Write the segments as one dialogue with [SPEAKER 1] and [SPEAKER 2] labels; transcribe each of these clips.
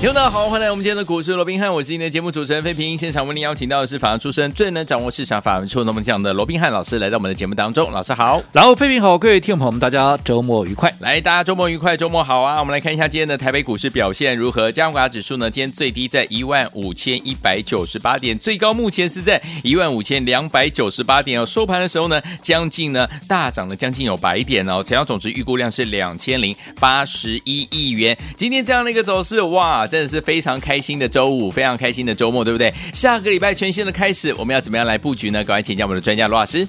[SPEAKER 1] 听众大家好，欢迎来我们今天的股市罗宾汉，我是今天的节目主持人费平。现场为您邀请到的是法案出身、最能掌握市场法律触动梦想的罗宾汉老师，来到我们的节目当中。老师好，
[SPEAKER 2] 然后，飞平好，各位听众朋友们，大家周末愉快。
[SPEAKER 1] 来大家周末愉快，周末好啊！我们来看一下今天的台北股市表现如何。加权指数呢，今天最低在一万五千一百九十八点，最高目前是在一万五千两百九十八点哦。收盘的时候呢，将近呢大涨了将近有百点哦。成交总值预估量是两千零八十一亿元。今天这样的一个走势，哇，真的是非常开心的周五，非常开心的周末，对不对？下个礼拜全新的开始，我们要怎么样来布局呢？赶快请教我们的专家罗老师。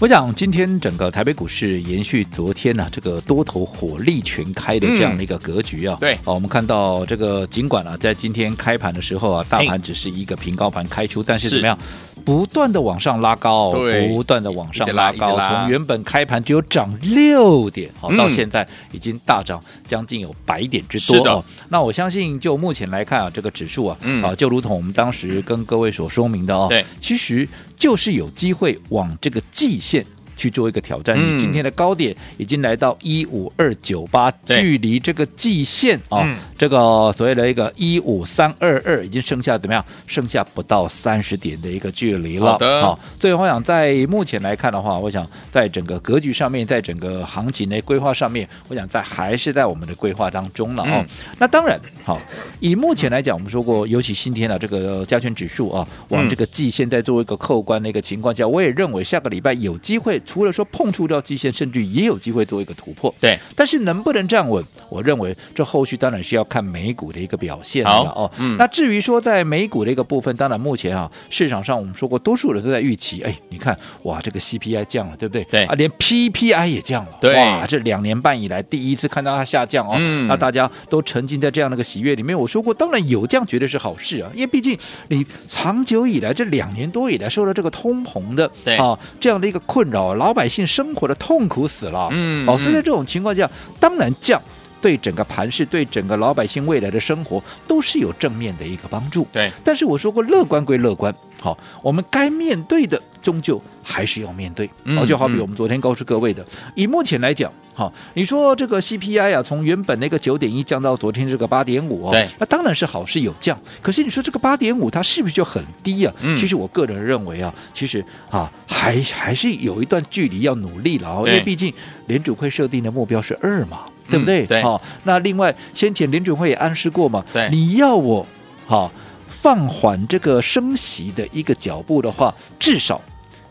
[SPEAKER 2] 我想今天整个台北股市延续昨天呢、这个多头火力全开的这样的一个格局啊。
[SPEAKER 1] 嗯对
[SPEAKER 2] 哦，我们看到这个尽管啊，在今天开盘的时候啊，大
[SPEAKER 1] 嘿
[SPEAKER 2] 盘只是一个平高盘开出，但是
[SPEAKER 1] 是
[SPEAKER 2] 怎么样？不断的往上拉高，
[SPEAKER 1] 对
[SPEAKER 2] 不断的往上
[SPEAKER 1] 一直拉
[SPEAKER 2] 拉高，
[SPEAKER 1] 一直拉
[SPEAKER 2] 从原本开盘只有涨六点，好、
[SPEAKER 1] 嗯
[SPEAKER 2] 到现在已经大涨将近有百点之
[SPEAKER 1] 是
[SPEAKER 2] 多
[SPEAKER 1] 的
[SPEAKER 2] 哦。那我相信，就目前来看啊，这个指数啊，
[SPEAKER 1] 嗯
[SPEAKER 2] 啊，就如同我们当时跟各位所说明的哦，
[SPEAKER 1] 对
[SPEAKER 2] 其实就是有机会往这个季线。去做一个挑战，
[SPEAKER 1] 嗯
[SPEAKER 2] 你今天的高点已经来到一五二九八，
[SPEAKER 1] 对
[SPEAKER 2] 距离这个季线啊、
[SPEAKER 1] 嗯
[SPEAKER 2] 这个所谓的一个一五三二二，已经剩下怎么样？剩下不到三十点的一个距离了。啊
[SPEAKER 1] 好的
[SPEAKER 2] 所以我想在目前来看的话，我想在整个格局上面，在整个行情的规划上面，我想在还是在我们的规划当中了哦。
[SPEAKER 1] 嗯
[SPEAKER 2] 那当然，好，以目前来讲，我们说过，尤其今天的这个加权指数啊，往这个季线在做一个扣关的一个情况下，我也认为下个礼拜有机会，除了说碰触到季线，甚至也有机会做一个突破。
[SPEAKER 1] 对，
[SPEAKER 2] 但是能不能站稳，我认为这后续当然是要看美股的一个表现了
[SPEAKER 1] 好
[SPEAKER 2] 哦。
[SPEAKER 1] 嗯
[SPEAKER 2] 那至于说在美股的一个部分，当然目前啊，市场上我们说过，多数人都在预期，哎，你看哇，这个 CPI 降了，对不对？
[SPEAKER 1] 对
[SPEAKER 2] 啊，连 PPI 也降了，
[SPEAKER 1] 对
[SPEAKER 2] 哇，这两年半以来第一次看到它下降哦。
[SPEAKER 1] 嗯
[SPEAKER 2] 那大家都沉浸在这样的一个喜悦里面。我说过，当然有降绝对是好事啊，因为毕竟你长久以来这两年多以来受到这个通膨的
[SPEAKER 1] 对
[SPEAKER 2] 啊这样的一个困扰，老百姓生活的痛苦死了。
[SPEAKER 1] 嗯
[SPEAKER 2] 哦，所以在这种情况下，当然降。对整个盘市、对整个老百姓未来的生活都是有正面的一个帮助。
[SPEAKER 1] 对，
[SPEAKER 2] 但是我说过，乐观归乐观，好，我们该面对的终究还是要面对。
[SPEAKER 1] 嗯
[SPEAKER 2] 哦，就好比
[SPEAKER 1] 嗯
[SPEAKER 2] 我们昨天告诉各位的，以目前来讲，好、你说这个 CPI 啊，从原本那个九点一降到昨天这个八点五，哦
[SPEAKER 1] 对
[SPEAKER 2] 那当然是好事有降。可是你说这个八点五，它是不是就很低啊？
[SPEAKER 1] 嗯
[SPEAKER 2] 其实我个人认为啊，其实啊，还还是有一段距离要努力了哦，因
[SPEAKER 1] 对
[SPEAKER 2] 为毕竟联储会设定的目标是二嘛。对不对？
[SPEAKER 1] 嗯对
[SPEAKER 2] 好、那另外先前联准会也暗示过嘛，
[SPEAKER 1] 对
[SPEAKER 2] 你要我好、放缓这个升息的一个脚步的话，至少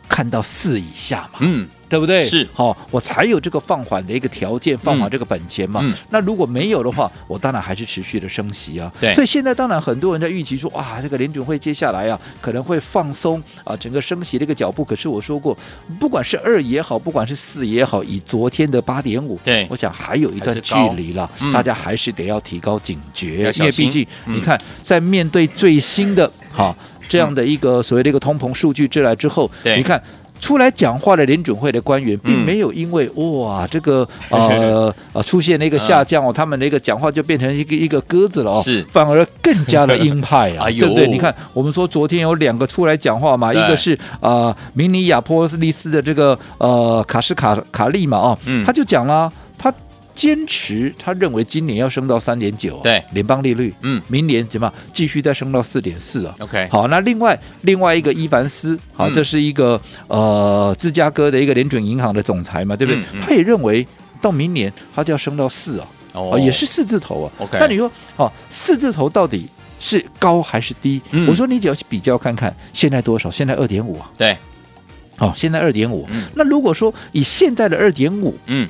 [SPEAKER 2] 看到四以下嘛，
[SPEAKER 1] 嗯，
[SPEAKER 2] 对不对？
[SPEAKER 1] 是
[SPEAKER 2] 好、我才有这个放缓的一个条件，放缓这个本钱嘛。
[SPEAKER 1] 嗯
[SPEAKER 2] 那如果没有的话，我当然还是持续的升息啊。
[SPEAKER 1] 对
[SPEAKER 2] 所以现在当然很多人在预期说，哇，这个联准会接下来啊可能会放松啊整个升息的一个脚步。可是我说过，不管是二也好，不管是四也好，以昨天的八点五，
[SPEAKER 1] 对
[SPEAKER 2] 我想还有一
[SPEAKER 1] 还
[SPEAKER 2] 段
[SPEAKER 1] 是
[SPEAKER 2] 距
[SPEAKER 1] 高
[SPEAKER 2] 离了，
[SPEAKER 1] 嗯
[SPEAKER 2] 大家还是得要提高警觉
[SPEAKER 1] 要，小
[SPEAKER 2] 因为
[SPEAKER 1] 心
[SPEAKER 2] 毕竟
[SPEAKER 1] 嗯
[SPEAKER 2] 你看，在面对最新的哈、这样的一个所谓的一个通膨数据出来之后，
[SPEAKER 1] 对
[SPEAKER 2] 你看。出来讲话的联准会的官员，并
[SPEAKER 1] 嗯
[SPEAKER 2] 没有因为、哇这 个呃呃出现了一个下降哦，他们的一个讲话就变成一个一个鸽子了哦，
[SPEAKER 1] 嗯是
[SPEAKER 2] 反而更加的鹰派啊，
[SPEAKER 1] 哎呦
[SPEAKER 2] 对不对？你看我们说昨天有两个出来讲话嘛，一
[SPEAKER 1] 对
[SPEAKER 2] 个是呃明尼亚波利斯的这个呃卡什卡卡利嘛哦，
[SPEAKER 1] 嗯
[SPEAKER 2] 他就讲了，他坚持他认为今年要升到三点九，
[SPEAKER 1] 对
[SPEAKER 2] 联邦利率，
[SPEAKER 1] 嗯
[SPEAKER 2] 明年怎么样继续再升到四点四啊？
[SPEAKER 1] ，OK，
[SPEAKER 2] 好，那另外另外一个伊凡斯，好，
[SPEAKER 1] 嗯
[SPEAKER 2] 这是一个呃芝加哥的一个联准银行的总裁嘛，对不对？
[SPEAKER 1] 嗯嗯
[SPEAKER 2] 他也认为到明年他就要升到四啊，
[SPEAKER 1] 哦
[SPEAKER 2] 啊，也是四字头啊。
[SPEAKER 1] OK
[SPEAKER 2] 那你说哦，四字头到底是高还是低？
[SPEAKER 1] 嗯
[SPEAKER 2] 我说你只要去比较看看，现在多少？现在二点五啊，
[SPEAKER 1] 对，
[SPEAKER 2] 哦，现在二点五
[SPEAKER 1] 嗯。
[SPEAKER 2] 那如果说以现在的二点五，
[SPEAKER 1] 嗯，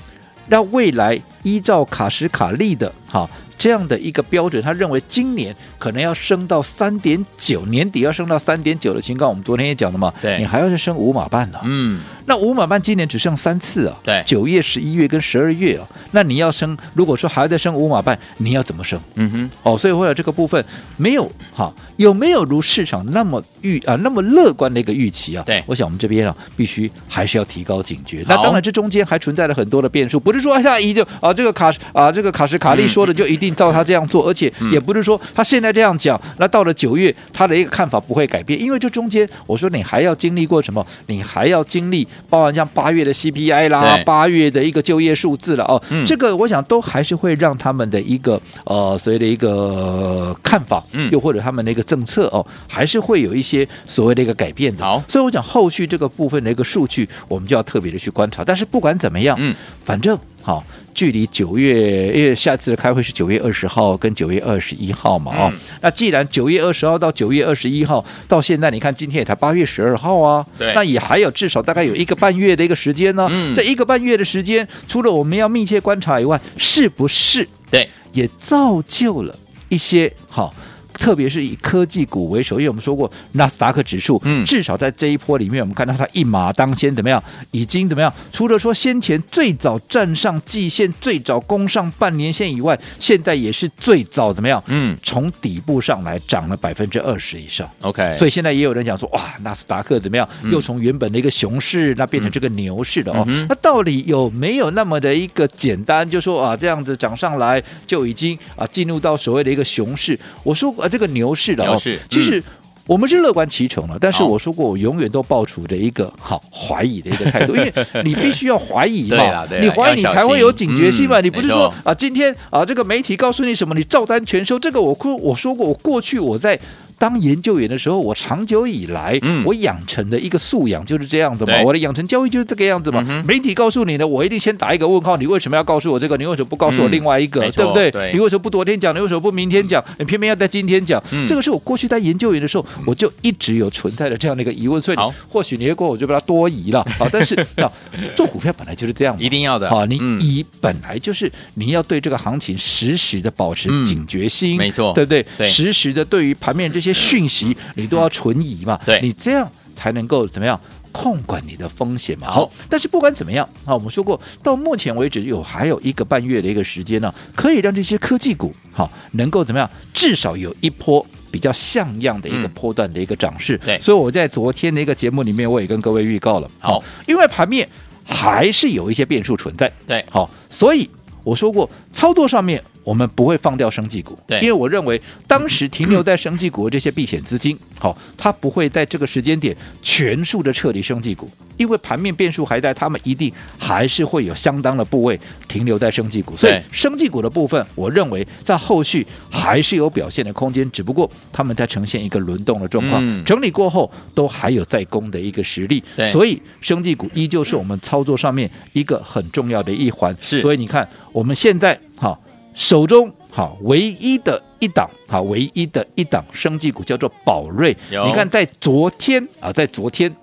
[SPEAKER 2] 那未来依照卡什卡利的哈、这样的一个标准，他认为今年可能要升到三点九，年底要升到三点九的情况。我们昨天也讲了嘛，
[SPEAKER 1] 对
[SPEAKER 2] 你还要再升五码半呢、
[SPEAKER 1] 嗯，
[SPEAKER 2] 那五马半今年只剩三次啊，
[SPEAKER 1] 对
[SPEAKER 2] 九月、十一月跟十二月啊，那你要升，如果说还要再升五马半，你要怎么升？
[SPEAKER 1] 嗯哼，
[SPEAKER 2] 哦，所以为了这个部分没有哈，有没有如市场那么预啊那么乐观的一个预期啊？
[SPEAKER 1] 对
[SPEAKER 2] 我想我们这边啊必须还是要提高警觉。
[SPEAKER 1] 好
[SPEAKER 2] 那当然，这中间还存在了很多的变数，不是说像一定啊这个卡啊这个卡什卡
[SPEAKER 1] 嗯
[SPEAKER 2] 利说的就一定照他这样做，而且也不是说他现在这样讲，那到了九月他的一个看法不会改变，因为这中间我说你还要经历过什么？你还要经历包含像八月的 CPI 啦
[SPEAKER 1] 对，
[SPEAKER 2] 八月的一个就业数字了哦，
[SPEAKER 1] 嗯
[SPEAKER 2] 这个我想都还是会让他们的一个呃所谓的一个、呃看法，
[SPEAKER 1] 嗯
[SPEAKER 2] 又或者他们的一个政策哦，还是会有一些所谓的一个改变的。
[SPEAKER 1] 好
[SPEAKER 2] 所以我讲后续这个部分的一个数据，我们就要特别的去观察。但是不管怎么样，
[SPEAKER 1] 嗯，
[SPEAKER 2] 反正好。距离九月，因为下次的开会是九月二十号跟九月二十一号嘛，哦，
[SPEAKER 1] 嗯
[SPEAKER 2] 那既然九月二十号到九月二十一号到现在，你看今天也才八月十二号啊，
[SPEAKER 1] 对
[SPEAKER 2] 那也还有至少大概有一个半月的一个时间呢、
[SPEAKER 1] 嗯
[SPEAKER 2] 啊这一个半月的时间，除了我们要密切观察以外，是不是
[SPEAKER 1] 对，
[SPEAKER 2] 也造就了一些好？特别是以科技股为首，因为我们说过纳斯达克指数，
[SPEAKER 1] 嗯
[SPEAKER 2] 至少在这一波里面，我们看到它一马当先，怎么样？已经怎么样？除了说先前最早站上季线、最早攻上半年线以外，现在也是最早怎么样？
[SPEAKER 1] 嗯
[SPEAKER 2] 从底部上来涨了百分之二十以上。
[SPEAKER 1] ，OK，
[SPEAKER 2] 所以现在也有人讲说，哇，纳斯达克怎么样？又从原本的一个熊市，那变成这个牛市了哦。
[SPEAKER 1] 嗯哼
[SPEAKER 2] 那到底有没有那么的一个简单？就说啊，这样子涨上来就已经啊进入到所谓的一个熊市？我说啊，这个牛市了
[SPEAKER 1] 牛
[SPEAKER 2] 哦。
[SPEAKER 1] 市嗯
[SPEAKER 2] 其实。我们是乐观其成了，但是
[SPEAKER 1] 好
[SPEAKER 2] 我说过，我永远都抱持着一个好怀疑的一个态 度，因为你必须要怀疑
[SPEAKER 1] 对啦
[SPEAKER 2] 嘛
[SPEAKER 1] 对，啦
[SPEAKER 2] 你怀疑你
[SPEAKER 1] 要小
[SPEAKER 2] 才会有
[SPEAKER 1] 心
[SPEAKER 2] 警觉性嘛，
[SPEAKER 1] 嗯
[SPEAKER 2] 你不是
[SPEAKER 1] 没
[SPEAKER 2] 说
[SPEAKER 1] 错
[SPEAKER 2] 啊，今天啊，这个媒体告诉你什么，你照单全收。这个我过我说过，我过去我在。当研究员的时候，我长久以来、
[SPEAKER 1] 嗯
[SPEAKER 2] 我养成的一个素养就是这样的嘛
[SPEAKER 1] 对，
[SPEAKER 2] 我的养成教育就是这个样子嘛。
[SPEAKER 1] 嗯哼
[SPEAKER 2] 媒体告诉你的，我一定先打一个问号，你为什么要告诉我这个？你为什么不告诉我
[SPEAKER 1] 嗯
[SPEAKER 2] 另外一个？
[SPEAKER 1] 没错
[SPEAKER 2] 对不对
[SPEAKER 1] 对
[SPEAKER 2] 你为什么不昨天讲？你为什么不明天讲？你偏偏要在今天讲？
[SPEAKER 1] 嗯
[SPEAKER 2] 这个是我过去在研究员的时候，我就一直有存在的这样的一个疑问，所以你
[SPEAKER 1] 好
[SPEAKER 2] 或许你会过我就把它多疑了。好，但是 那做股票本来就是这样嘛，
[SPEAKER 1] 一定要的，
[SPEAKER 2] 好，你
[SPEAKER 1] 嗯
[SPEAKER 2] 以本来就是你要对这个行情实时的保持
[SPEAKER 1] 嗯
[SPEAKER 2] 警觉心，
[SPEAKER 1] 没错
[SPEAKER 2] 对不对？
[SPEAKER 1] 对
[SPEAKER 2] 实时的对于盘面这些讯息，你都要存疑嘛，
[SPEAKER 1] 嗯对
[SPEAKER 2] 你这样才能够怎么样？控管你的风险嘛，
[SPEAKER 1] 好
[SPEAKER 2] 好，但是不管怎么样啊，我们说过，到目前为止有还有一个半月的一个时间呢、可以让这些科技股好能够怎么样，至少有一波比较像样的一个
[SPEAKER 1] 嗯
[SPEAKER 2] 波段的一个涨势。
[SPEAKER 1] 对
[SPEAKER 2] 所以我在昨天的一个节目里面，我也跟各位预告了，
[SPEAKER 1] 好
[SPEAKER 2] 因为盘面还是有一些变数存在。
[SPEAKER 1] 对
[SPEAKER 2] 好、所以我说过，操作上面我们不会放掉生技股，
[SPEAKER 1] 对
[SPEAKER 2] 因为我认为当时停留在生技股的这些避险 资金，好、它不会在这个时间点全数的撤离生技股，因为盘面变数还在，他们一定还是会有相当的部位停留在生技股，所以
[SPEAKER 1] 对
[SPEAKER 2] 生技股的部分，我认为在后续还是有表现的空间，只不过他们在呈现一个轮动的状况，
[SPEAKER 1] 嗯
[SPEAKER 2] 整理过后都还有再攻的一个实力
[SPEAKER 1] 对，
[SPEAKER 2] 所以生技股依旧是我们操作上面一个很重要的一环。
[SPEAKER 1] 是
[SPEAKER 2] 所以你看我们现在好手中好唯一的一档好唯一的一档生技股叫做宝瑞，
[SPEAKER 1] 有
[SPEAKER 2] 你看在昨天啊，在昨天。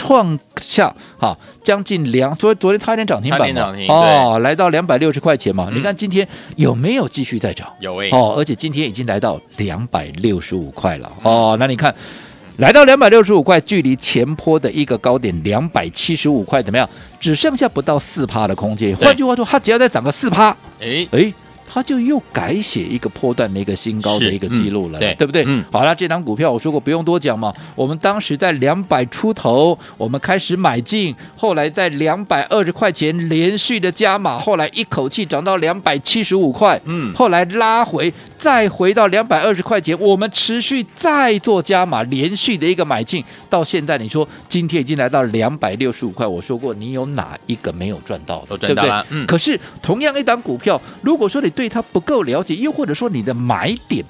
[SPEAKER 2] 创下哈、将近两，昨昨天差一点涨停
[SPEAKER 1] 差
[SPEAKER 2] 板
[SPEAKER 1] 点
[SPEAKER 2] 嘛
[SPEAKER 1] 涨停，
[SPEAKER 2] 哦，来到两百六十块钱嘛。
[SPEAKER 1] 嗯
[SPEAKER 2] 你看今天有没有继续在涨？
[SPEAKER 1] 有诶，
[SPEAKER 2] 哦，而且今天已经来到两百六十五块了哦。那你看，来到两百六十五块，距离前坡的一个高点两百七十五块怎么样？只剩下不到四趴的空间。
[SPEAKER 1] 对
[SPEAKER 2] 换句话说，它只要再涨个四趴，
[SPEAKER 1] 诶，
[SPEAKER 2] 哎。它就又改写一个波段的一个新高的
[SPEAKER 1] 是
[SPEAKER 2] 一个记录了，
[SPEAKER 1] 嗯对
[SPEAKER 2] 不对？
[SPEAKER 1] 嗯
[SPEAKER 2] 好了，这档股票我说过不用多讲嘛，我们当时在两百出头，我们开始买进，后来在两百二十块钱连续的加码，后来一口气涨到两百七十五块，
[SPEAKER 1] 嗯
[SPEAKER 2] 后来拉回，再回到两百二十块钱，我们持续再做加码，连续的一个买进，到现在你说今天已经来到两百六十五块，我说过你有哪一个没有赚到的？
[SPEAKER 1] 都赚到了
[SPEAKER 2] 对不对
[SPEAKER 1] 嗯
[SPEAKER 2] 可是同样一档股票，如果说你对它不够了解，又或者说你的买点。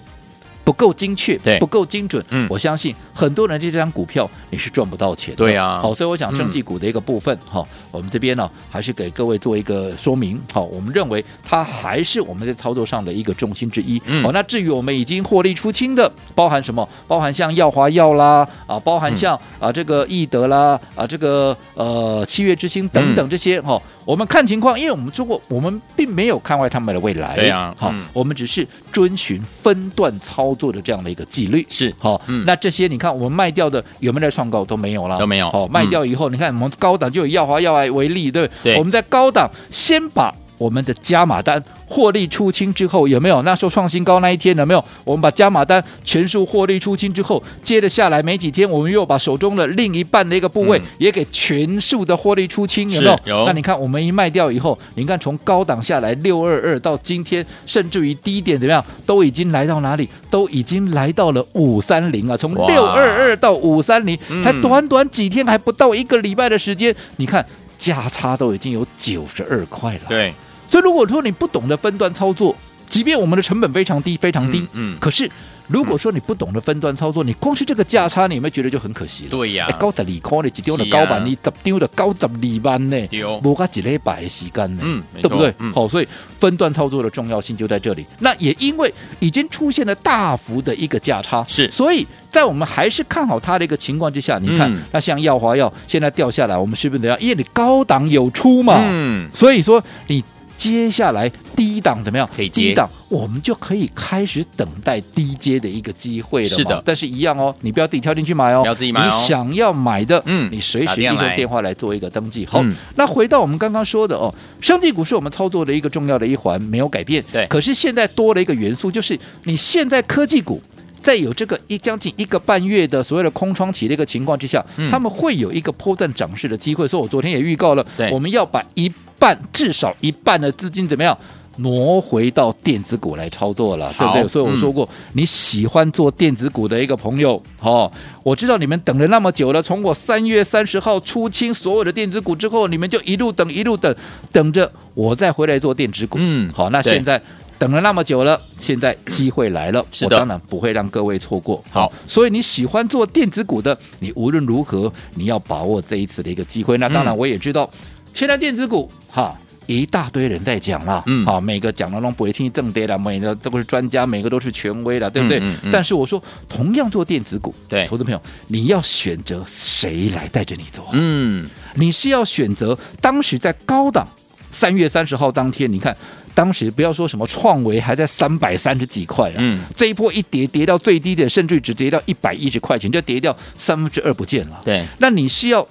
[SPEAKER 2] 不够精确
[SPEAKER 1] 对，
[SPEAKER 2] 不够精准，
[SPEAKER 1] 嗯
[SPEAKER 2] 我相信很多人这张股票你是赚不到钱的。
[SPEAKER 1] 对啊
[SPEAKER 2] 好，所以我想生
[SPEAKER 1] 嗯
[SPEAKER 2] 技股的一个部分哈、我们这边呢还是给各位做一个说明。好，我们认为它还是我们在操作上的一个重心之一。
[SPEAKER 1] 嗯
[SPEAKER 2] 好，那至于我们已经获利出清的，包含什么？包含像耀华药啦，啊，包含像、
[SPEAKER 1] 嗯
[SPEAKER 2] 啊这个易德啦，啊这个呃七月之星等等这
[SPEAKER 1] 嗯
[SPEAKER 2] 些哈、我们看情况，因为我们做过，我们并没有看坏他们的未来。
[SPEAKER 1] 对啊
[SPEAKER 2] 好、
[SPEAKER 1] 嗯
[SPEAKER 2] 我们只是遵循分段操作的这样的一个纪律。
[SPEAKER 1] 是
[SPEAKER 2] 好、
[SPEAKER 1] 嗯
[SPEAKER 2] 那这些你看我们卖掉的有没有在创高都没有了，
[SPEAKER 1] 都没有
[SPEAKER 2] 哦，卖掉以后，你看我们高档就以耀华、耀爱为例，对不对？
[SPEAKER 1] 对
[SPEAKER 2] 我们在高档先把。我们的加码单获利出清之后有没有？那时候创新高那一天有没有？我们把加码单全数获利出清之后，接着下来没几天，我们又把手中的另一半的一个部位
[SPEAKER 1] 嗯
[SPEAKER 2] 也给全数的获利出清，有没有
[SPEAKER 1] 是？有
[SPEAKER 2] 那你看我们一卖掉以后，你看从高档下来六二二到今天，甚至于低点怎么样，都已经来到哪里？都已经来到了五三零啊！从
[SPEAKER 1] 哇
[SPEAKER 2] 六二二到五三零，才
[SPEAKER 1] 嗯
[SPEAKER 2] 短短几天，还不到一个礼拜的时间，你看价差都已经有九十二块了。
[SPEAKER 1] 对，
[SPEAKER 2] 所以如果说你不懂得分段操作，即便我们的成本非常低，非常低，
[SPEAKER 1] 嗯嗯
[SPEAKER 2] 可是如果说你不懂得分段操作，你光是这个价差，你有没有觉得就很可惜了？
[SPEAKER 1] 对呀
[SPEAKER 2] 哎九十二块，你一张的
[SPEAKER 1] 是啊
[SPEAKER 2] 高板，你十张的高十二万呢
[SPEAKER 1] 对哦，
[SPEAKER 2] 无个一礼拜的时间呢，
[SPEAKER 1] 嗯没
[SPEAKER 2] 嗯对不对
[SPEAKER 1] 错？嗯
[SPEAKER 2] 好、所以分段操作的重要性就在这里。那也因为已经出现了大幅的一个价差，
[SPEAKER 1] 是
[SPEAKER 2] 所以在我们还是看好它的一个情况之下，你看，
[SPEAKER 1] 嗯
[SPEAKER 2] 那像耀华药现在掉下来，我们是不是得要？因为你高档有出嘛，
[SPEAKER 1] 嗯，
[SPEAKER 2] 所以说你接下来低档怎么样？
[SPEAKER 1] 可以接
[SPEAKER 2] 低档，我们就可以开始等待低接的一个机会了嘛。
[SPEAKER 1] 是的
[SPEAKER 2] 但是一样哦，你不要自己跳进去买哦，
[SPEAKER 1] 不要自己买哦
[SPEAKER 2] 你想要买的，
[SPEAKER 1] 嗯
[SPEAKER 2] 你随
[SPEAKER 1] 打
[SPEAKER 2] 时
[SPEAKER 1] 电
[SPEAKER 2] 利
[SPEAKER 1] 来
[SPEAKER 2] 用电话来做一个登记。好，
[SPEAKER 1] 嗯
[SPEAKER 2] 那回到我们刚刚说的哦，生技股是我们操作的一个重要的一环，没有改变。
[SPEAKER 1] 对
[SPEAKER 2] 可是现在多了一个元素，就是你现在科技股。在有这个一将近一个半月的所谓的空窗期的一个情况之下，
[SPEAKER 1] 嗯
[SPEAKER 2] 他们会有一个波段涨势的机会。所以我昨天也预告了，
[SPEAKER 1] 对
[SPEAKER 2] 我们要把一半至少一半的资金怎么样？挪回到电子股来操作了，对不
[SPEAKER 1] 好嗯
[SPEAKER 2] 对？所以我说过，你喜欢做电子股的一个朋友，哦，我知道你们等了那么久了，从我三月三十号出清所有的电子股之后，你们就一路等一路等，等着我再回来做电子股。
[SPEAKER 1] 嗯
[SPEAKER 2] 好，那
[SPEAKER 1] 对
[SPEAKER 2] 现在等了那么久了，现在机会来了，
[SPEAKER 1] 是
[SPEAKER 2] 我
[SPEAKER 1] 的
[SPEAKER 2] 当然不会让各位错过。哦
[SPEAKER 1] 好
[SPEAKER 2] 所以你喜欢做电子股的，你无论如何你要把握这一次的一个机会。那当然，
[SPEAKER 1] 嗯
[SPEAKER 2] 我也知道、现在电子股哈。一大堆人在讲啦，
[SPEAKER 1] 嗯
[SPEAKER 2] 好，每个讲的都不会听正跌啦，每个都是专家，每个都是权威啦，对不对？
[SPEAKER 1] 嗯嗯嗯
[SPEAKER 2] 但是我说，同样做电子股，
[SPEAKER 1] 对
[SPEAKER 2] 投资朋友，你要选择谁来带着你做啊？
[SPEAKER 1] 嗯，
[SPEAKER 2] 你是要选择当时在高档，三月三十号当天，你看当时不要说什么创维还在三百三十几块啊，
[SPEAKER 1] 嗯
[SPEAKER 2] 这一波一跌跌到最低点，甚至只跌到一百一十块钱，就跌掉三分之二不见了。
[SPEAKER 1] 对，
[SPEAKER 2] 那你是要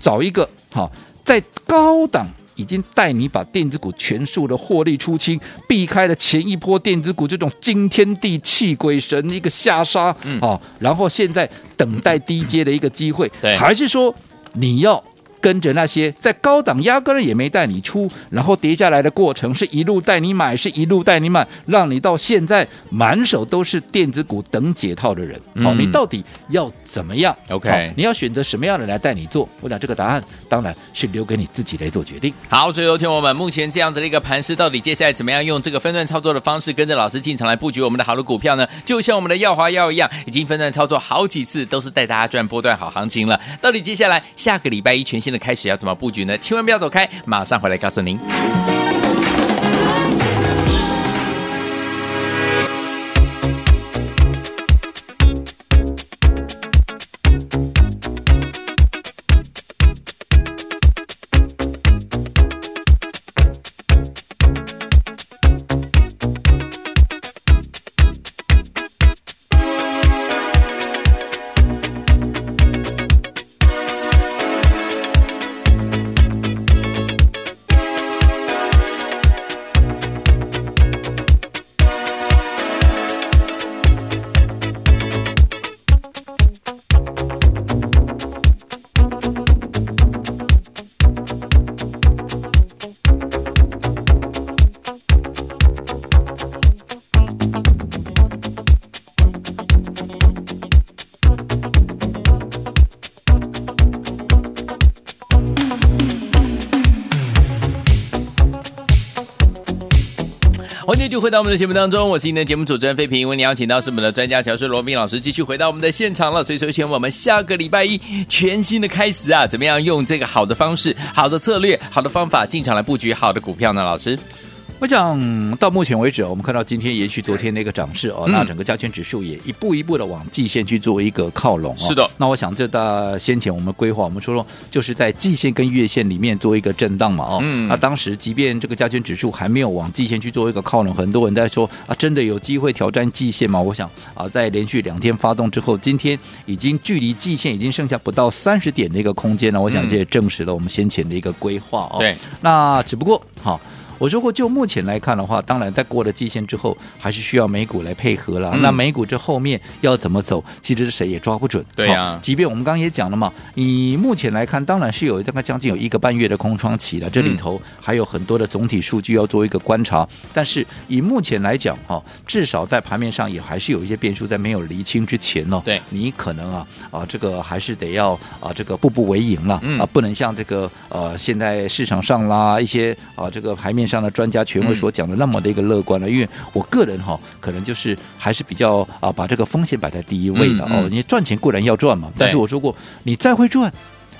[SPEAKER 2] 找一个好、在高档。已经带你把电子股全数的获利出清，避开了前一波电子股这种惊天地泣鬼神的一个下杀，
[SPEAKER 1] 嗯
[SPEAKER 2] 好，然后现在等待低阶的一个机会，
[SPEAKER 1] 对
[SPEAKER 2] 还是说你要跟着那些在高档压根儿也没带你出，然后跌下来的过程是一路带你买，是一路带你买，让你到现在满手都是电子股等解套的人。好、
[SPEAKER 1] 嗯
[SPEAKER 2] 你到底要怎么样
[SPEAKER 1] OK
[SPEAKER 2] 好你要选择什么样的来带你做？我想这个答案当然是留给你自己来做决定。
[SPEAKER 1] 好，所以有听我们目前这样子的一个盘势，到底接下来怎么样用这个分段操作的方式，跟着老师进场来布局我们的好的股票呢？就像我们的耀华药一样，已经分段操作好几次，都是带大家赚波段好行情了。到底接下来下个礼拜一全新的开始要怎么布局呢？千万不要走开，马上回来告诉您。欢迎继续回到我们的节目当中，我是您的节目主持人费平。为您邀请到是我们的专家乔师罗斌老师，继续回到我们的现场了。所以说，请我们下个礼拜一全新的开始啊，怎么样用这个好的方式、好的策略、好的方法进场来布局好的股票呢？老师，
[SPEAKER 2] 我想到目前为止，我们看到今天延续昨天那个涨势哦，
[SPEAKER 1] 嗯
[SPEAKER 2] 那整个加权指数也一步一步的往季线去做一个靠拢、哦。
[SPEAKER 1] 是的
[SPEAKER 2] 那我想这大先前我们规划，我们说说就是在季线跟月线里面做一个震荡嘛哦。
[SPEAKER 1] 嗯
[SPEAKER 2] 那当时即便这个加权指数还没有往季线去做一个靠拢，很多人在说啊，真的有机会挑战季线吗？我想啊，在连续两天发动之后，今天已经距离季线已经剩下不到三十点的一个空间了。我想
[SPEAKER 1] 嗯
[SPEAKER 2] 这也证实了我们先前的一个规划哦。
[SPEAKER 1] 对，
[SPEAKER 2] 那只不过好。我说过，就目前来看的话，当然在过了季线之后，还是需要美股来配合了。
[SPEAKER 1] 嗯
[SPEAKER 2] 那美股这后面要怎么走，其实谁也抓不准。
[SPEAKER 1] 对呀
[SPEAKER 2] 好即便我们刚刚也讲了嘛，以目前来看，当然是有大概将近有一个半月的空窗期了，
[SPEAKER 1] 嗯
[SPEAKER 2] 这里头还有很多的总体数据要做一个观察。但是以目前来讲，哈、至少在盘面上也还是有一些变数，在没有厘清之前呢、
[SPEAKER 1] 对
[SPEAKER 2] 你可能啊啊这个还是得要啊这个步步为营了、
[SPEAKER 1] 嗯
[SPEAKER 2] 啊，不能像这个呃现在市场上啦一些啊这个牌面上的专家权威所讲的那么的一个乐观了，因为我个人哈、可能就是还是比较啊把这个风险摆在第一位的、
[SPEAKER 1] 嗯
[SPEAKER 2] 哦
[SPEAKER 1] 嗯，
[SPEAKER 2] 你赚钱固然要赚嘛，但是
[SPEAKER 1] 对
[SPEAKER 2] 我说过你再会赚，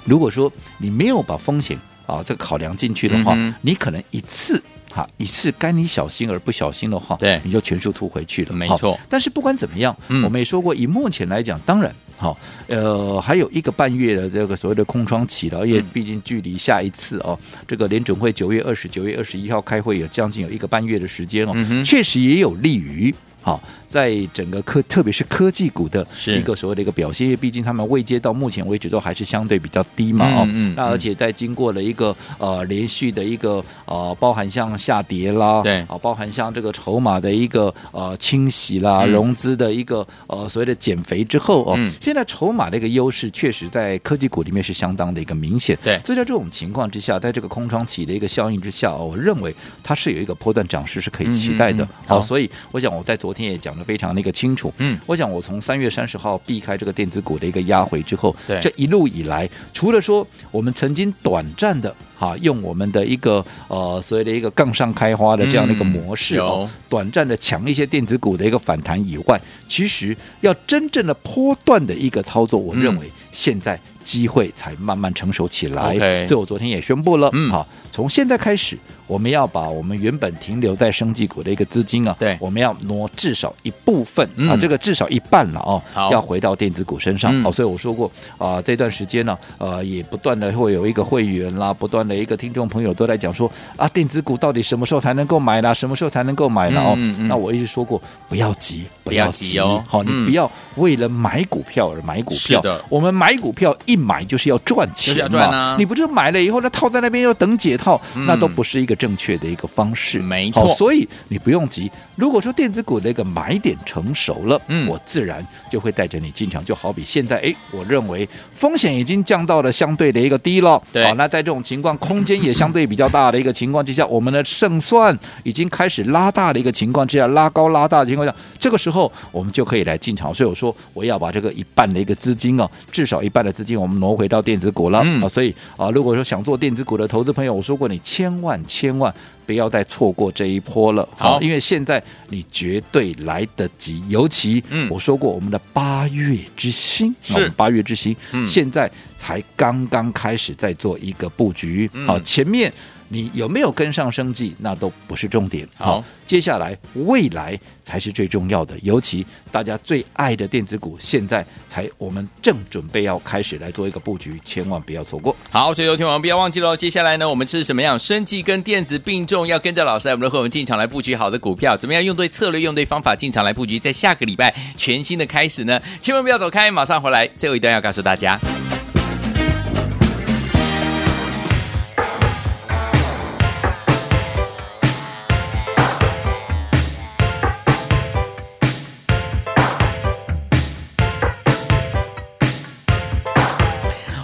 [SPEAKER 2] 如果说你没有把风险啊这个考量进去的话，
[SPEAKER 1] 嗯哼
[SPEAKER 2] 你可能一次。哈，一次该你小心而不小心的话，
[SPEAKER 1] 对
[SPEAKER 2] 你就全数吐回去了。
[SPEAKER 1] 没
[SPEAKER 2] 好
[SPEAKER 1] 错
[SPEAKER 2] 但是不管怎么样，
[SPEAKER 1] 嗯
[SPEAKER 2] 我们也说过，以目前来讲，当然好、呃，还有一个半月的这个所谓的空窗期了，因为
[SPEAKER 1] 嗯
[SPEAKER 2] 毕竟距离下一次哦，这个联准会九月二十九月二十一号开会也将近有一个半月的时间哦，
[SPEAKER 1] 嗯哼
[SPEAKER 2] 确实也有利于。好，在整个科，特别是科技股的
[SPEAKER 1] 是
[SPEAKER 2] 一个所谓的一个表现，因为毕竟他们未接到目前为止都还是相对比较低嘛，哦，
[SPEAKER 1] 嗯嗯
[SPEAKER 2] 那而且在经过了一个呃连续的一个呃，包含像下跌啦，
[SPEAKER 1] 对
[SPEAKER 2] 啊、包含像这个筹码的一个呃清洗啦，
[SPEAKER 1] 嗯
[SPEAKER 2] 融资的一个呃所谓的减肥之后哦，
[SPEAKER 1] 嗯
[SPEAKER 2] 现在筹码的一个优势确实在科技股里面是相当的一个明显，
[SPEAKER 1] 对
[SPEAKER 2] 所以在这种情况之下，在这个空窗期的一个效应之下、哦，我认为它是有一个波段涨势是可以期待的
[SPEAKER 1] 嗯嗯，嗯
[SPEAKER 2] 好、
[SPEAKER 1] 好
[SPEAKER 2] 所以我想我在昨天也讲的非常的一个清楚，
[SPEAKER 1] 嗯
[SPEAKER 2] 我想我从三月三十号避开这个电子股的一个压回之后，
[SPEAKER 1] 对
[SPEAKER 2] 这一路以来，除了说我们曾经短暂的哈、用我们的一个呃所谓的一个杠上开花的这样的一个
[SPEAKER 1] 嗯
[SPEAKER 2] 模式、
[SPEAKER 1] 有
[SPEAKER 2] 哦，短暂的抢一些电子股的一个反弹以外，其实要真正的波段的一个操作，我
[SPEAKER 1] 嗯
[SPEAKER 2] 认为现在机会才慢慢成熟起来。
[SPEAKER 1] OK
[SPEAKER 2] 所以我昨天也宣布了，
[SPEAKER 1] 嗯
[SPEAKER 2] 好，从现在开始，我们要把我们原本停留在生技股的一个资金啊，
[SPEAKER 1] 对
[SPEAKER 2] 我们要挪至少一部分、啊，
[SPEAKER 1] 嗯
[SPEAKER 2] 这个至少一半了哦
[SPEAKER 1] 好，
[SPEAKER 2] 要回到电子股身上。
[SPEAKER 1] 嗯
[SPEAKER 2] 哦，所以我说过啊、这段时间呢、呃，也不断的会有一个会员啦，不断的一个听众朋友都在讲说啊，电子股到底什么时候才能够买啦？什么时候才能够买啦？哦，
[SPEAKER 1] 嗯嗯
[SPEAKER 2] 那我一直说过，不要急，不
[SPEAKER 1] 要
[SPEAKER 2] 要
[SPEAKER 1] 急
[SPEAKER 2] 急
[SPEAKER 1] 哦
[SPEAKER 2] 好、
[SPEAKER 1] 嗯
[SPEAKER 2] 你不要为了买股票而买股
[SPEAKER 1] 是
[SPEAKER 2] 票。
[SPEAKER 1] 的
[SPEAKER 2] 我们买股票一买就是要赚钱
[SPEAKER 1] 就
[SPEAKER 2] 嘛，
[SPEAKER 1] 是要赚啊
[SPEAKER 2] 你不是买了以后，那套在那边又等解套，
[SPEAKER 1] 嗯
[SPEAKER 2] 那都不是一个正确的一个方式。
[SPEAKER 1] 没
[SPEAKER 2] 好
[SPEAKER 1] 错
[SPEAKER 2] 所以你不用急。如果说电子股的一个买点成熟了，
[SPEAKER 1] 嗯
[SPEAKER 2] 我自然就会带着你进场。就好比现在，哎，我认为风险已经降到了相对的一个低了。哦
[SPEAKER 1] 对
[SPEAKER 2] 好，那在这种情况，空间也相对比较大的一个情况之下，我们的胜算已经开始拉大的一个情况之下，拉高拉大的情况下，这个时候我们就可以来进场。所以我说，我要把这个一半的一个资金啊，至少一半的资金我们挪回到电子股了。
[SPEAKER 1] 嗯
[SPEAKER 2] 啊，所以啊，如果说想做电子股的投资朋友，我说过你千万千万不要再错过这一波了。
[SPEAKER 1] 好
[SPEAKER 2] 因为现在你绝对来得及，尤其
[SPEAKER 1] 嗯
[SPEAKER 2] 我说过我们的八月之星，
[SPEAKER 1] 是
[SPEAKER 2] 啊我们八月之星，
[SPEAKER 1] 嗯
[SPEAKER 2] 现在才刚刚开始在做一个布局。
[SPEAKER 1] 嗯
[SPEAKER 2] 好、前面。你有没有跟上生计，那都不是重点。
[SPEAKER 1] 好
[SPEAKER 2] 接下来未来才是最重要的，尤其大家最爱的电子股，现在才我们正准备要开始来做一个布局，千万不要错过。
[SPEAKER 1] 好，所以有听王不要忘记喽。接下来呢，我们是什么样？生技跟电子并重，要跟着老师来我们的会我们进场来布局好的股票，怎么样用对策略、用对方法进场来布局？在下个礼拜全新的开始呢，千万不要走开，马上回来。最后一段要告诉大家。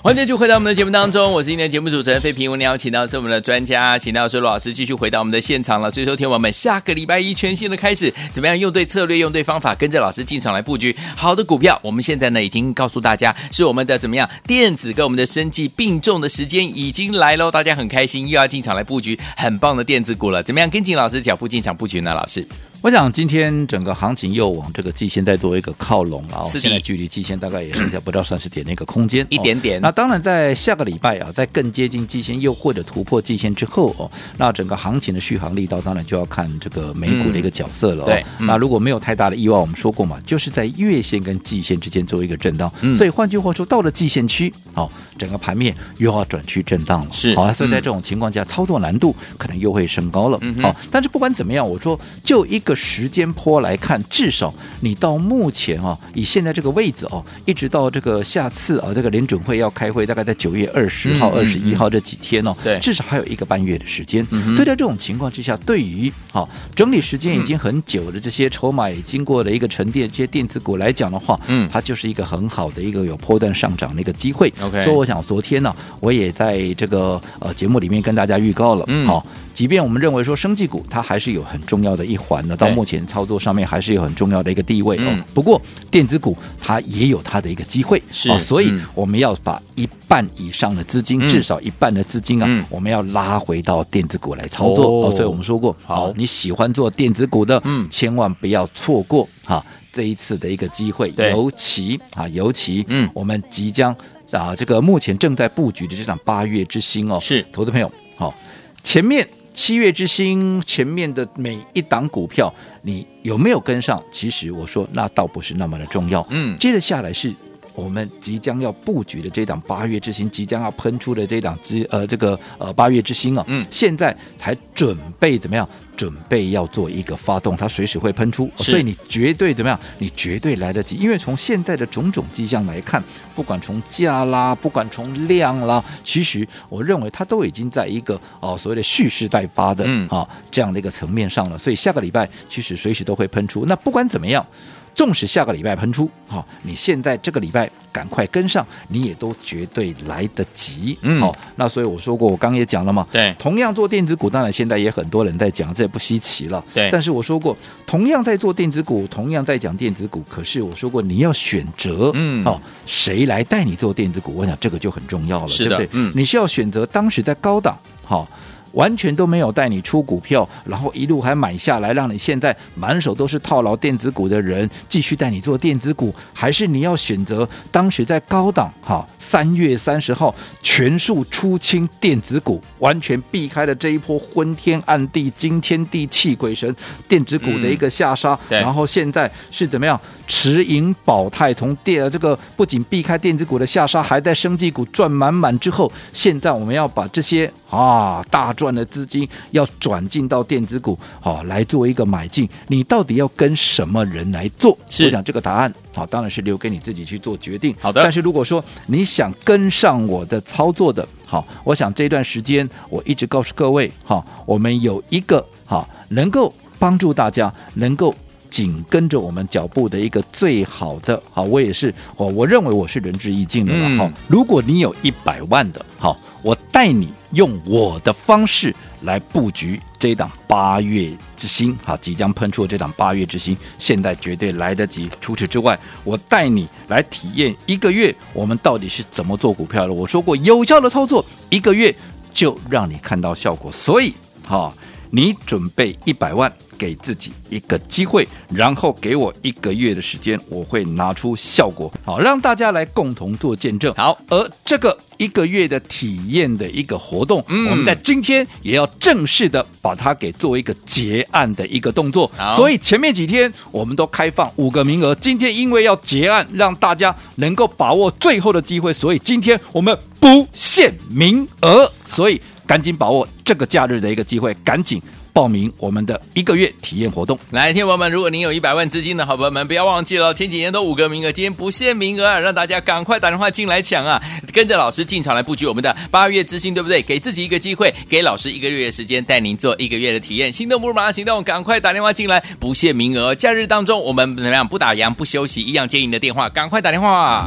[SPEAKER 1] 欢迎继续回到我们的节目当中，我是今天的节目主持人费平。我们邀请到是我们的专家，请到是罗老师继续回到我们的现场了。所以说，天王们，下个礼拜一全新的开始，怎么样用对策略，用对方法，跟着老师进场来布局好的股票？我们现在呢已经告诉大家，是我们的怎么样电子跟我们的生技并重的时间已经来喽，大家很开心，又要进场来布局很棒的电子股了。怎么样跟紧老师脚步进场布局呢？老师，
[SPEAKER 2] 我想今天整个行情又往这个季线在做一个靠拢了哦，
[SPEAKER 1] 是的
[SPEAKER 2] 现在距离季线大概也剩下不到三十点的一个空间，
[SPEAKER 1] 一点点
[SPEAKER 2] 哦那当然，在下个礼拜啊，在更接近季线又或者突破季线之后哦，那整个行情的续航力道当然就要看这个美股的一个角色了、哦
[SPEAKER 1] 嗯对嗯
[SPEAKER 2] 那如果没有太大的意外，我们说过嘛，就是在月线跟季线之间做一个震荡，
[SPEAKER 1] 嗯
[SPEAKER 2] 所以换句话说，到了季线区，哦，整个盘面又要转趋震荡了，
[SPEAKER 1] 是
[SPEAKER 2] 好、所以在
[SPEAKER 1] 嗯
[SPEAKER 2] 这种情况下，操作难度可能又会升高了，
[SPEAKER 1] 嗯哼
[SPEAKER 2] 好、但是不管怎么样，我说就一个时间坡来看，至少你到目前啊，以现在这个位置哦、一直到这个下次啊，这个联准会要开会，大概在九月二十号、
[SPEAKER 1] 嗯
[SPEAKER 2] 二
[SPEAKER 1] 嗯
[SPEAKER 2] 十一号这几天哦、
[SPEAKER 1] 对嗯
[SPEAKER 2] 至少还有一个半月的时间。所以在这种情况之下，对于好、整理时间已经很久的这些筹码也经过了一个沉淀，这些电子股来讲的话，
[SPEAKER 1] 嗯
[SPEAKER 2] 它就是一个很好的一个有波段上涨的一个机会。
[SPEAKER 1] OK
[SPEAKER 2] 所以我想昨天呢、我也在这个呃节目里面跟大家预告了，
[SPEAKER 1] 嗯
[SPEAKER 2] 好、即便我们认为说生技股它还是有很重要的一环的，到
[SPEAKER 1] 对
[SPEAKER 2] 目前操作上面还是有很重要的一个地位、
[SPEAKER 1] 嗯
[SPEAKER 2] 哦。不过电子股它也有它的一个机会，
[SPEAKER 1] 是
[SPEAKER 2] 哦，所以
[SPEAKER 1] 嗯
[SPEAKER 2] 我们要把一半以上的资金，
[SPEAKER 1] 嗯
[SPEAKER 2] 至少一半的资金啊、
[SPEAKER 1] 嗯
[SPEAKER 2] 我们要拉回到电子股来操作。
[SPEAKER 1] 哦
[SPEAKER 2] 哦，所以我们说过，
[SPEAKER 1] 好
[SPEAKER 2] 哦你喜欢做电子股的，
[SPEAKER 1] 嗯
[SPEAKER 2] 千万不要错过哈、这一次的一个机会，
[SPEAKER 1] 对
[SPEAKER 2] 尤其啊，尤其
[SPEAKER 1] 嗯
[SPEAKER 2] 我们即将啊，这个目前正在布局的这场八月之星哦，
[SPEAKER 1] 是
[SPEAKER 2] 投资朋友，好、前面七月之星前面的每一档股票，你有没有跟上？其实我说那倒不是那么的重要，
[SPEAKER 1] 嗯
[SPEAKER 2] 接着下来是我们即将要布局的这档八月之星，即将要喷出的这档之呃这个呃八月之星啊，
[SPEAKER 1] 嗯
[SPEAKER 2] 现在才准备怎么样？准备要做一个发动，它随时会喷出，
[SPEAKER 1] 是
[SPEAKER 2] 所以你绝对怎么样？你绝对来得及，因为从现在的种种迹象来看，不管从价啦，不管从量啦，其实我认为它都已经在一个哦、所谓的蓄势待发的啊、
[SPEAKER 1] 嗯
[SPEAKER 2] 这样的一个层面上了，所以下个礼拜其实随时都会喷出。那不管怎么样。纵使下个礼拜喷出，好、你现在这个礼拜赶快跟上，你也都绝对来得及。
[SPEAKER 1] 嗯
[SPEAKER 2] 好、那所以我说过，我刚刚也讲了嘛，
[SPEAKER 1] 对
[SPEAKER 2] 同样做电子股，当然现在也很多人在讲，这也不稀奇了。
[SPEAKER 1] 对
[SPEAKER 2] 但是我说过，同样在做电子股，同样在讲电子股，可是我说过，你要选择，
[SPEAKER 1] 嗯
[SPEAKER 2] 哦，谁来带你做电子股？我想这个就很重要了，
[SPEAKER 1] 是的
[SPEAKER 2] 对不对？
[SPEAKER 1] 嗯
[SPEAKER 2] 你是要选择当时在高档，好、完全都没有带你出股票，然后一路还买下来，让你现在满手都是套牢电子股的人，继续带你做电子股，还是你要选择当时在高档哈，三月三十号全数出清电子股，完全避开了这一波昏天暗地、惊天地泣鬼神电子股的一个下杀，
[SPEAKER 1] 对
[SPEAKER 2] 然后现在是怎么样持盈保泰，从电呃这个不仅避开电子股的下杀，还在生技股赚满满之后，现在我们要把这些啊大赚的资金要转进到电子股，好、来做一个买进，你到底要跟什么人来做？
[SPEAKER 1] 是
[SPEAKER 2] 我想这个答案好、当然是留给你自己去做决定。
[SPEAKER 1] 好的
[SPEAKER 2] 但是如果说你想跟上我的操作的，好，我想这段时间我一直告诉各位，好，我们有一个好能够帮助大家能够。紧跟着我们脚步的一个最好的，好，我也是，我我认为我是仁至义尽的了
[SPEAKER 1] 嗯
[SPEAKER 2] 哈、哦如果你有一百万的，好，我带你用我的方式来布局这一档八月之星，好，即将喷出的这档八月之星，现在绝对来得及。除此之外，我带你来体验一个月我们到底是怎么做股票的。我说过，有效的操作一个月就让你看到效果，所以，好、你准备一百万，给自己一个机会，然后给我一个月的时间，我会拿出效果，好让大家来共同做见证。
[SPEAKER 1] 好，
[SPEAKER 2] 而这个一个月的体验的一个活动，
[SPEAKER 1] 嗯
[SPEAKER 2] 我们在今天也要正式的把它给做一个结案的一个动作
[SPEAKER 1] 好。
[SPEAKER 2] 所以前面几天我们都开放五个名额，今天因为要结案，让大家能够把握最后的机会，所以今天我们不限名额，所以赶紧把握这个假日的一个机会，赶紧报名我们的一个月体验活动。
[SPEAKER 1] 来，听众朋友们，如果您有一百万资金的好朋友们，不要忘记了，前几年都五个名额，今天不限名额啊，让大家赶快打电话进来抢啊！跟着老师进场来布局我们的八月之星，对不对？给自己一个机会，给老师一个月的时间，带您做一个月的体验。心动不如马上行动，赶快打电话进来，不限名额。假日当中，我们怎么样？不打烊不休息，一样接你的电话，赶快打电话。